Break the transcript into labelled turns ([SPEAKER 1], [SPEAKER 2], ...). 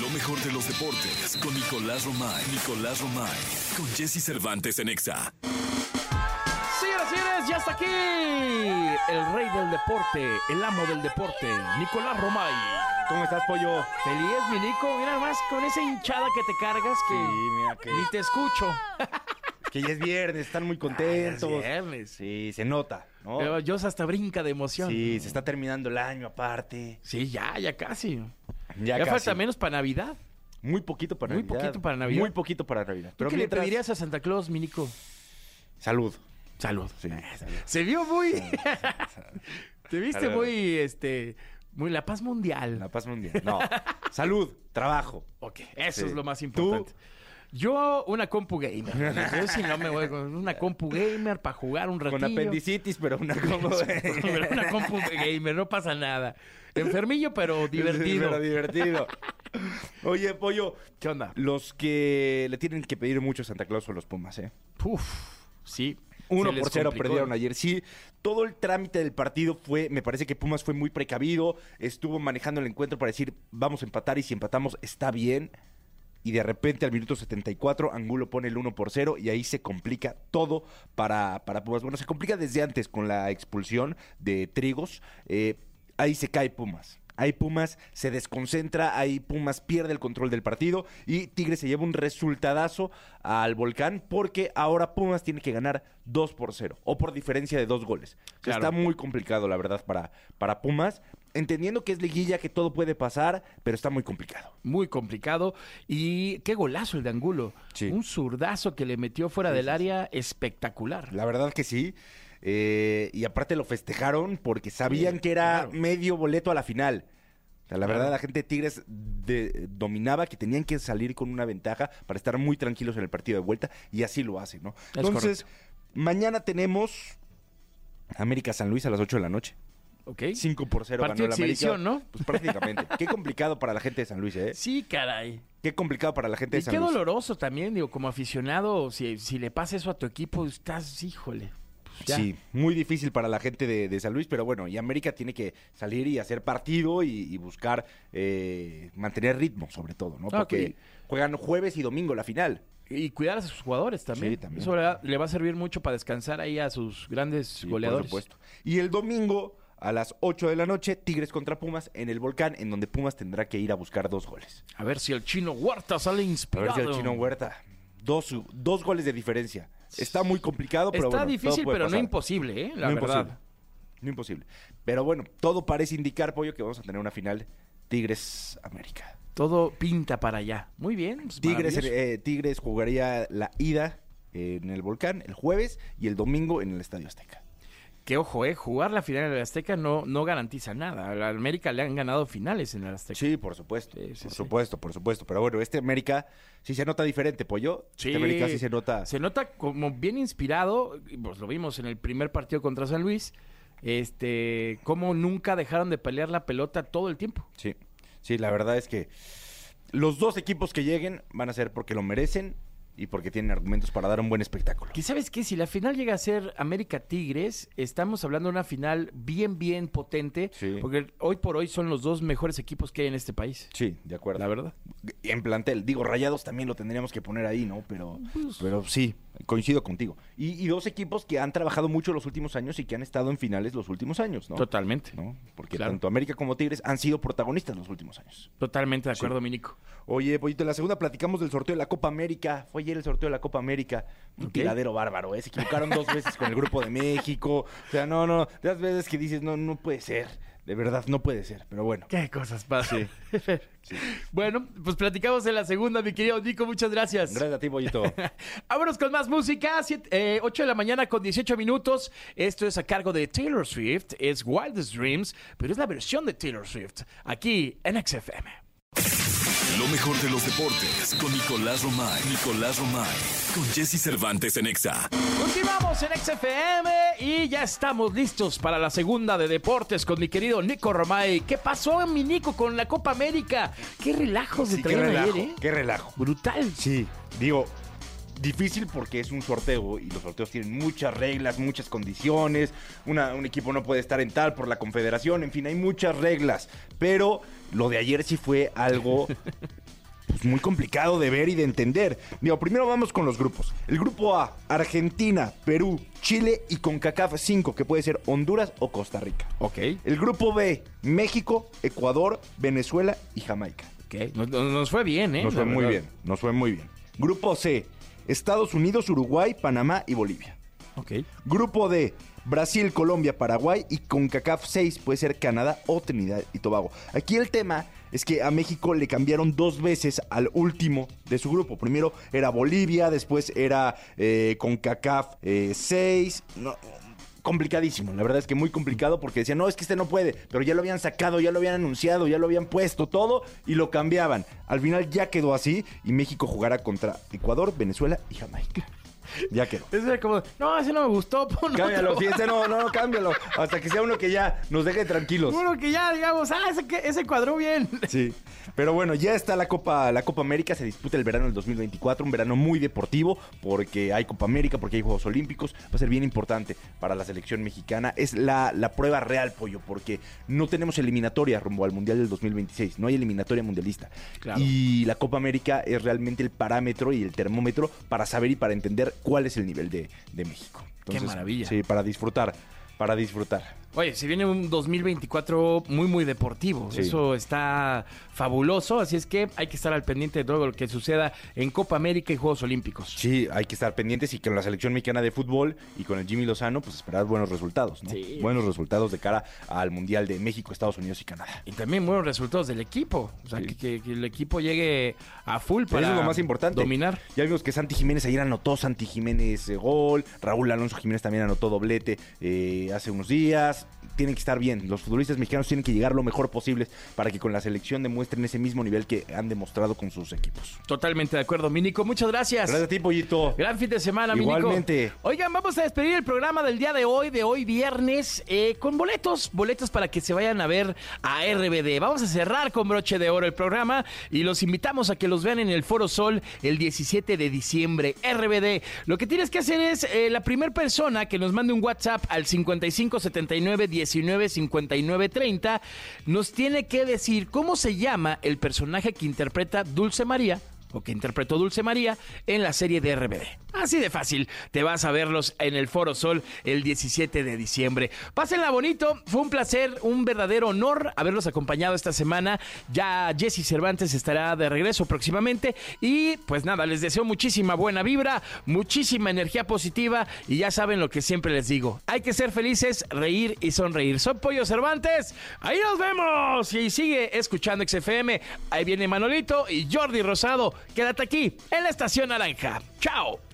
[SPEAKER 1] Lo mejor de los deportes con Nicolás Romay. Nicolás Romay. Con Jesse Cervantes en Exa.
[SPEAKER 2] Señoras y señores, ya está aquí el rey del deporte, el amo del deporte, Nicolás Romay.
[SPEAKER 3] ¿Cómo estás, pollo?
[SPEAKER 2] Feliz, mi Nico. Mira nada más con esa hinchada que te cargas que
[SPEAKER 3] Sí, mira que,
[SPEAKER 2] ni te escucho.
[SPEAKER 3] que ya es viernes, están muy contentos.
[SPEAKER 2] Es viernes.
[SPEAKER 3] Sí, se nota, ¿no?
[SPEAKER 2] Pero Dios hasta brinca de emoción.
[SPEAKER 3] Oh. Sí, se está terminando el año aparte.
[SPEAKER 2] Sí, ya, ya casi. Ya,
[SPEAKER 3] Ya, casi.
[SPEAKER 2] falta menos para Navidad.
[SPEAKER 3] Muy poquito para
[SPEAKER 2] Muy
[SPEAKER 3] Navidad.
[SPEAKER 2] poquito para Navidad.
[SPEAKER 3] Muy poquito para Navidad.
[SPEAKER 2] ¿Tú qué
[SPEAKER 3] mientras-
[SPEAKER 2] le pedirías a Santa Claus, mi Nico?
[SPEAKER 3] Salud.
[SPEAKER 2] Salud.
[SPEAKER 3] Sí, salud.
[SPEAKER 2] Se vio muy... te viste
[SPEAKER 3] Salud.
[SPEAKER 2] muy, este... Muy la paz mundial.
[SPEAKER 3] La paz mundial. No. salud, trabajo.
[SPEAKER 2] Ok, eso
[SPEAKER 3] Sí.
[SPEAKER 2] es lo más
[SPEAKER 3] ¿Tú?
[SPEAKER 2] importante. Yo, una compu gamer. Yo si no me voy con una compu gamer para jugar un ratillo.
[SPEAKER 3] Con apendicitis, pero una como...
[SPEAKER 2] Pero una compu gamer, no pasa nada. Enfermillo, pero divertido.
[SPEAKER 3] Pero divertido. Oye, pollo,
[SPEAKER 2] ¿Qué onda?
[SPEAKER 3] los que le tienen que pedir mucho a Santa Claus son los Pumas, ¿eh?
[SPEAKER 2] Uf, sí.
[SPEAKER 3] Uno
[SPEAKER 2] se les
[SPEAKER 3] por cero
[SPEAKER 2] complicó.
[SPEAKER 3] perdieron ayer. Sí, todo el trámite del partido fue, me parece que Pumas fue muy precavido, estuvo manejando el encuentro para decir, vamos a empatar y si empatamos está bien. Y de repente al minuto 74 Angulo pone el 1 por 0 y ahí se complica todo para, para Pumas. Bueno, se complica desde antes con la expulsión de Trigos. eh, ahí se cae Pumas. Ahí Pumas se desconcentra, ahí Pumas pierde el control del partido y Tigres se lleva un resultadazo al volcán porque ahora Pumas tiene que ganar 2 por 0 o por diferencia de dos goles. O sea,
[SPEAKER 2] Claro.
[SPEAKER 3] Está muy complicado, la verdad, para, para Pumas. Entendiendo que es liguilla, que todo puede pasar, pero está muy complicado.
[SPEAKER 2] Muy complicado. Y qué golazo el de Angulo.
[SPEAKER 3] Sí.
[SPEAKER 2] Un zurdazo que le metió fuera del área espectacular.
[SPEAKER 3] La verdad que sí. Eh, y aparte lo festejaron porque sabían
[SPEAKER 2] Sí,
[SPEAKER 3] que era
[SPEAKER 2] claro.
[SPEAKER 3] medio boleto a la final. O sea, la verdad,
[SPEAKER 2] Claro.
[SPEAKER 3] la gente de Tigres de- dominaba que tenían que salir con una ventaja para estar muy tranquilos en el partido de vuelta y así lo hacen, ¿no?
[SPEAKER 2] Es
[SPEAKER 3] Entonces, mañana tenemos América San Luis a las 8 de la noche.
[SPEAKER 2] ¿Ok?
[SPEAKER 3] 5 por 0
[SPEAKER 2] Partido
[SPEAKER 3] ganó el América.
[SPEAKER 2] exhibición, ¿no?
[SPEAKER 3] Pues prácticamente. Qué complicado para la gente de San Luis, ¿eh?
[SPEAKER 2] Sí, caray.
[SPEAKER 3] Qué complicado para la gente de
[SPEAKER 2] Y
[SPEAKER 3] San
[SPEAKER 2] qué
[SPEAKER 3] Luis.
[SPEAKER 2] doloroso también, digo, como aficionado, si, si le pasa eso a tu equipo, estás, híjole. pues ya.
[SPEAKER 3] Sí, muy difícil para la gente de, de San Luis, pero bueno, y América tiene que salir y hacer partido y, y buscar eh, mantener ritmo, sobre todo, ¿no?
[SPEAKER 2] Ah,
[SPEAKER 3] Porque
[SPEAKER 2] ok.
[SPEAKER 3] juegan jueves y domingo la final.
[SPEAKER 2] Y cuidar a sus jugadores también.
[SPEAKER 3] Sí, también.
[SPEAKER 2] Eso le va, le va a servir mucho para descansar ahí a sus grandes
[SPEAKER 3] Sí,
[SPEAKER 2] goleadores.
[SPEAKER 3] Por supuesto. Y el domingo a las 8 de la noche, Tigres contra Pumas en el volcán, en donde Pumas tendrá que ir a buscar dos goles.
[SPEAKER 2] A ver si el chino Huerta sale
[SPEAKER 3] A ver
[SPEAKER 2] inspirado.
[SPEAKER 3] si el chino Huerta. Dos, dos goles de diferencia. Está muy complicado, pero
[SPEAKER 2] Está
[SPEAKER 3] bueno, todo
[SPEAKER 2] difícil,
[SPEAKER 3] puede
[SPEAKER 2] pero no
[SPEAKER 3] pasar.
[SPEAKER 2] imposible, ¿eh? La
[SPEAKER 3] no
[SPEAKER 2] verdad.
[SPEAKER 3] imposible. No imposible. Pero bueno, todo parece indicar, Pollo, que vamos a tener una final Tigres-América.
[SPEAKER 2] Todo pinta para allá. Muy bien. pues,
[SPEAKER 3] Tigres,
[SPEAKER 2] maravilloso.
[SPEAKER 3] eh, Tigres jugaría la ida en el Volcán el jueves y el domingo en el Estadio Azteca.
[SPEAKER 2] Que ojo, ¿eh? Jugar la final en el Azteca no, no garantiza nada. A la América le han ganado finales en el Azteca.
[SPEAKER 3] Sí, por supuesto.
[SPEAKER 2] Sí, sí,
[SPEAKER 3] por
[SPEAKER 2] sí.
[SPEAKER 3] supuesto, por supuesto. Pero bueno, este América sí se nota diferente, Pollo. Este América sí se nota.
[SPEAKER 2] Se nota como bien inspirado, y, pues lo vimos en el primer partido contra San Luis, este, cómo nunca dejaron de pelear la pelota todo el tiempo.
[SPEAKER 3] Sí, sí, la verdad es que los dos equipos que lleguen van a ser porque lo merecen y porque tienen argumentos para dar un buen espectáculo.
[SPEAKER 2] Que sabes que si la final llega a ser América Tigres, estamos hablando de una final bien, bien potente,
[SPEAKER 3] Sí.
[SPEAKER 2] porque hoy por hoy son los dos mejores equipos que hay en este país.
[SPEAKER 3] Sí, de acuerdo.
[SPEAKER 2] La verdad.
[SPEAKER 3] en plantel. Digo, Rayados también lo tendríamos que poner ahí, ¿no? Pero, pero sí, coincido contigo. Y, y dos equipos que han trabajado mucho los últimos años y que han estado en finales los últimos años, ¿no?
[SPEAKER 2] Totalmente.
[SPEAKER 3] ¿No? Porque
[SPEAKER 2] Claro.
[SPEAKER 3] tanto América como Tigres han sido protagonistas los últimos años.
[SPEAKER 2] Totalmente de
[SPEAKER 3] Sí.
[SPEAKER 2] acuerdo, Minico.
[SPEAKER 3] Oye, Pollito, en la segunda platicamos del sorteo de la Copa América. Fue ayer el sorteo de la Copa América. Un
[SPEAKER 2] Ok.
[SPEAKER 3] tiradero bárbaro, ¿eh? Se equivocaron dos veces con el Grupo de México. O sea, no, no. De las veces que dices, no, no puede ser. De verdad, no puede ser. Pero bueno.
[SPEAKER 2] Qué cosas pasan. Bueno, pues platicamos en la segunda, mi querido Nico. Muchas gracias.
[SPEAKER 3] Gracias a ti, Pollito.
[SPEAKER 2] Vámonos con más música. 8 de la mañana con 18 minutos. Esto es a cargo de Taylor Swift. Es Wildest Dreams, pero es la versión de Taylor Swift. Aquí en XFM.
[SPEAKER 1] Lo mejor de los deportes con Nicolás Romay. Nicolás Romay. Con Jesse Cervantes en Exa.
[SPEAKER 2] Continuamos en XFM y ya estamos listos para la segunda de deportes con mi querido Nico Romay. ¿Qué pasó, mi Nico, con la Copa América? Qué relajos se
[SPEAKER 3] Sí, qué
[SPEAKER 2] traían
[SPEAKER 3] relajo.
[SPEAKER 2] ayer, ¿eh?
[SPEAKER 3] Qué relajo.
[SPEAKER 2] Brutal.
[SPEAKER 3] Sí, digo, difícil porque es un sorteo y los sorteos tienen muchas reglas, muchas condiciones. Una- un equipo no puede estar en tal por la confederación, en fin, hay muchas reglas. Pero lo de ayer sí fue algo pues, muy complicado de ver y de entender. Digo, primero vamos con los grupos. El grupo A, Argentina, Perú, Chile y CONCACAF 5, que puede ser Honduras o Costa Rica.
[SPEAKER 2] Ok.
[SPEAKER 3] El grupo B, México, Ecuador, Venezuela y Jamaica.
[SPEAKER 2] ok. Nos, nos- nos fue bien, ¿eh?
[SPEAKER 3] Nos
[SPEAKER 2] La
[SPEAKER 3] fue muy
[SPEAKER 2] verdad.
[SPEAKER 3] bien, nos fue muy bien. Grupo C, Estados Unidos, Uruguay, Panamá y Bolivia.
[SPEAKER 2] Ok.
[SPEAKER 3] Grupo D, Brasil, Colombia, Paraguay y CONCACAF 6 puede ser Canadá o Trinidad y Tobago. Aquí el tema es que a México le cambiaron dos veces al último de su grupo. Primero era Bolivia, después era eh, CONCACAF 6. No, complicadísimo, la verdad es que muy complicado porque decían, no, es que este no puede, pero ya lo habían sacado, ya lo habían anunciado, ya lo habían puesto todo y lo cambiaban. Al final ya quedó así y México jugará contra Ecuador, Venezuela y Jamaica. Ya quedó.
[SPEAKER 2] Es de como, no, ese no me gustó, pon otro".
[SPEAKER 3] Cámbialo, fíjense, no, no, no, cámbialo. Hasta que sea uno que ya nos deje tranquilos.
[SPEAKER 2] Seguro que ya, digamos, ah, ese, que- ese cuadró bien.
[SPEAKER 3] Sí. Pero bueno, ya está la Copa, la Copa América, se disputa el verano del 2024, un verano muy deportivo, porque hay Copa América, porque hay Juegos Olímpicos, va a ser bien importante para la selección mexicana. Es la, la prueba real, pollo, porque no tenemos eliminatoria rumbo al Mundial del 2026, no hay eliminatoria mundialista.
[SPEAKER 2] Claro.
[SPEAKER 3] Y la Copa América es realmente el parámetro y el termómetro para saber y para entender cuál es el nivel de, de México.
[SPEAKER 2] Qué maravilla.
[SPEAKER 3] Sí, para disfrutar, para disfrutar.
[SPEAKER 2] Oye, se viene un 2024 muy, muy deportivo.
[SPEAKER 3] Sí.
[SPEAKER 2] Eso está fabuloso. Así es que hay que estar al pendiente de todo lo que suceda en Copa América y Juegos Olímpicos.
[SPEAKER 3] Sí, hay que estar pendientes y con la selección mexicana de fútbol y con el Jimmy Lozano, pues esperar buenos resultados, ¿no?
[SPEAKER 2] Sí.
[SPEAKER 3] Buenos resultados de cara al Mundial de México, Estados Unidos y Canadá.
[SPEAKER 2] Y también buenos resultados del equipo. O sea,
[SPEAKER 3] Sí.
[SPEAKER 2] que, que- que el equipo llegue a full para
[SPEAKER 3] Eso es lo más importante.
[SPEAKER 2] dominar.
[SPEAKER 3] Ya vimos que Santi Jiménez ayer anotó Santi Jiménez eh, gol, Raúl Alonso Jiménez también anotó doblete eh, hace unos días. Tienen que estar bien, los futbolistas mexicanos tienen que llegar lo mejor posible para que con la selección demuestren ese mismo nivel que han demostrado con sus equipos.
[SPEAKER 2] Totalmente de acuerdo, Minico. Muchas gracias.
[SPEAKER 3] Gracias a ti, Pollito.
[SPEAKER 2] Gran fin de semana, Minico.
[SPEAKER 3] Igualmente.
[SPEAKER 2] Oigan, vamos a despedir el programa del día de hoy, de hoy viernes, eh, con boletos, boletos para que se vayan a ver a RBD. Vamos a cerrar con broche de oro el programa y los invitamos a que los vean en el Foro Sol el 17 de diciembre. RBD. Lo que tienes que hacer es eh, la primera persona que nos mande un WhatsApp al 55 79 19 59 30 nos tiene que decir cómo se llama el personaje que interpreta Dulce María o que interpretó Dulce María en la serie de RBD. Así de fácil, te vas a verlos en el Foro Sol el 17 de diciembre. Pásenla bonito, fue un placer, un verdadero honor haberlos acompañado esta semana. Ya Jesse Cervantes estará de regreso próximamente y pues nada, les deseo muchísima buena vibra, muchísima energía positiva y ya saben lo que siempre les digo, hay que ser felices, reír y sonreír. Soy Pollo Cervantes, ahí nos vemos y sigue escuchando XFM. Ahí viene Manolito y Jordi Rosado. Quédate aquí en la estación naranja. Chao.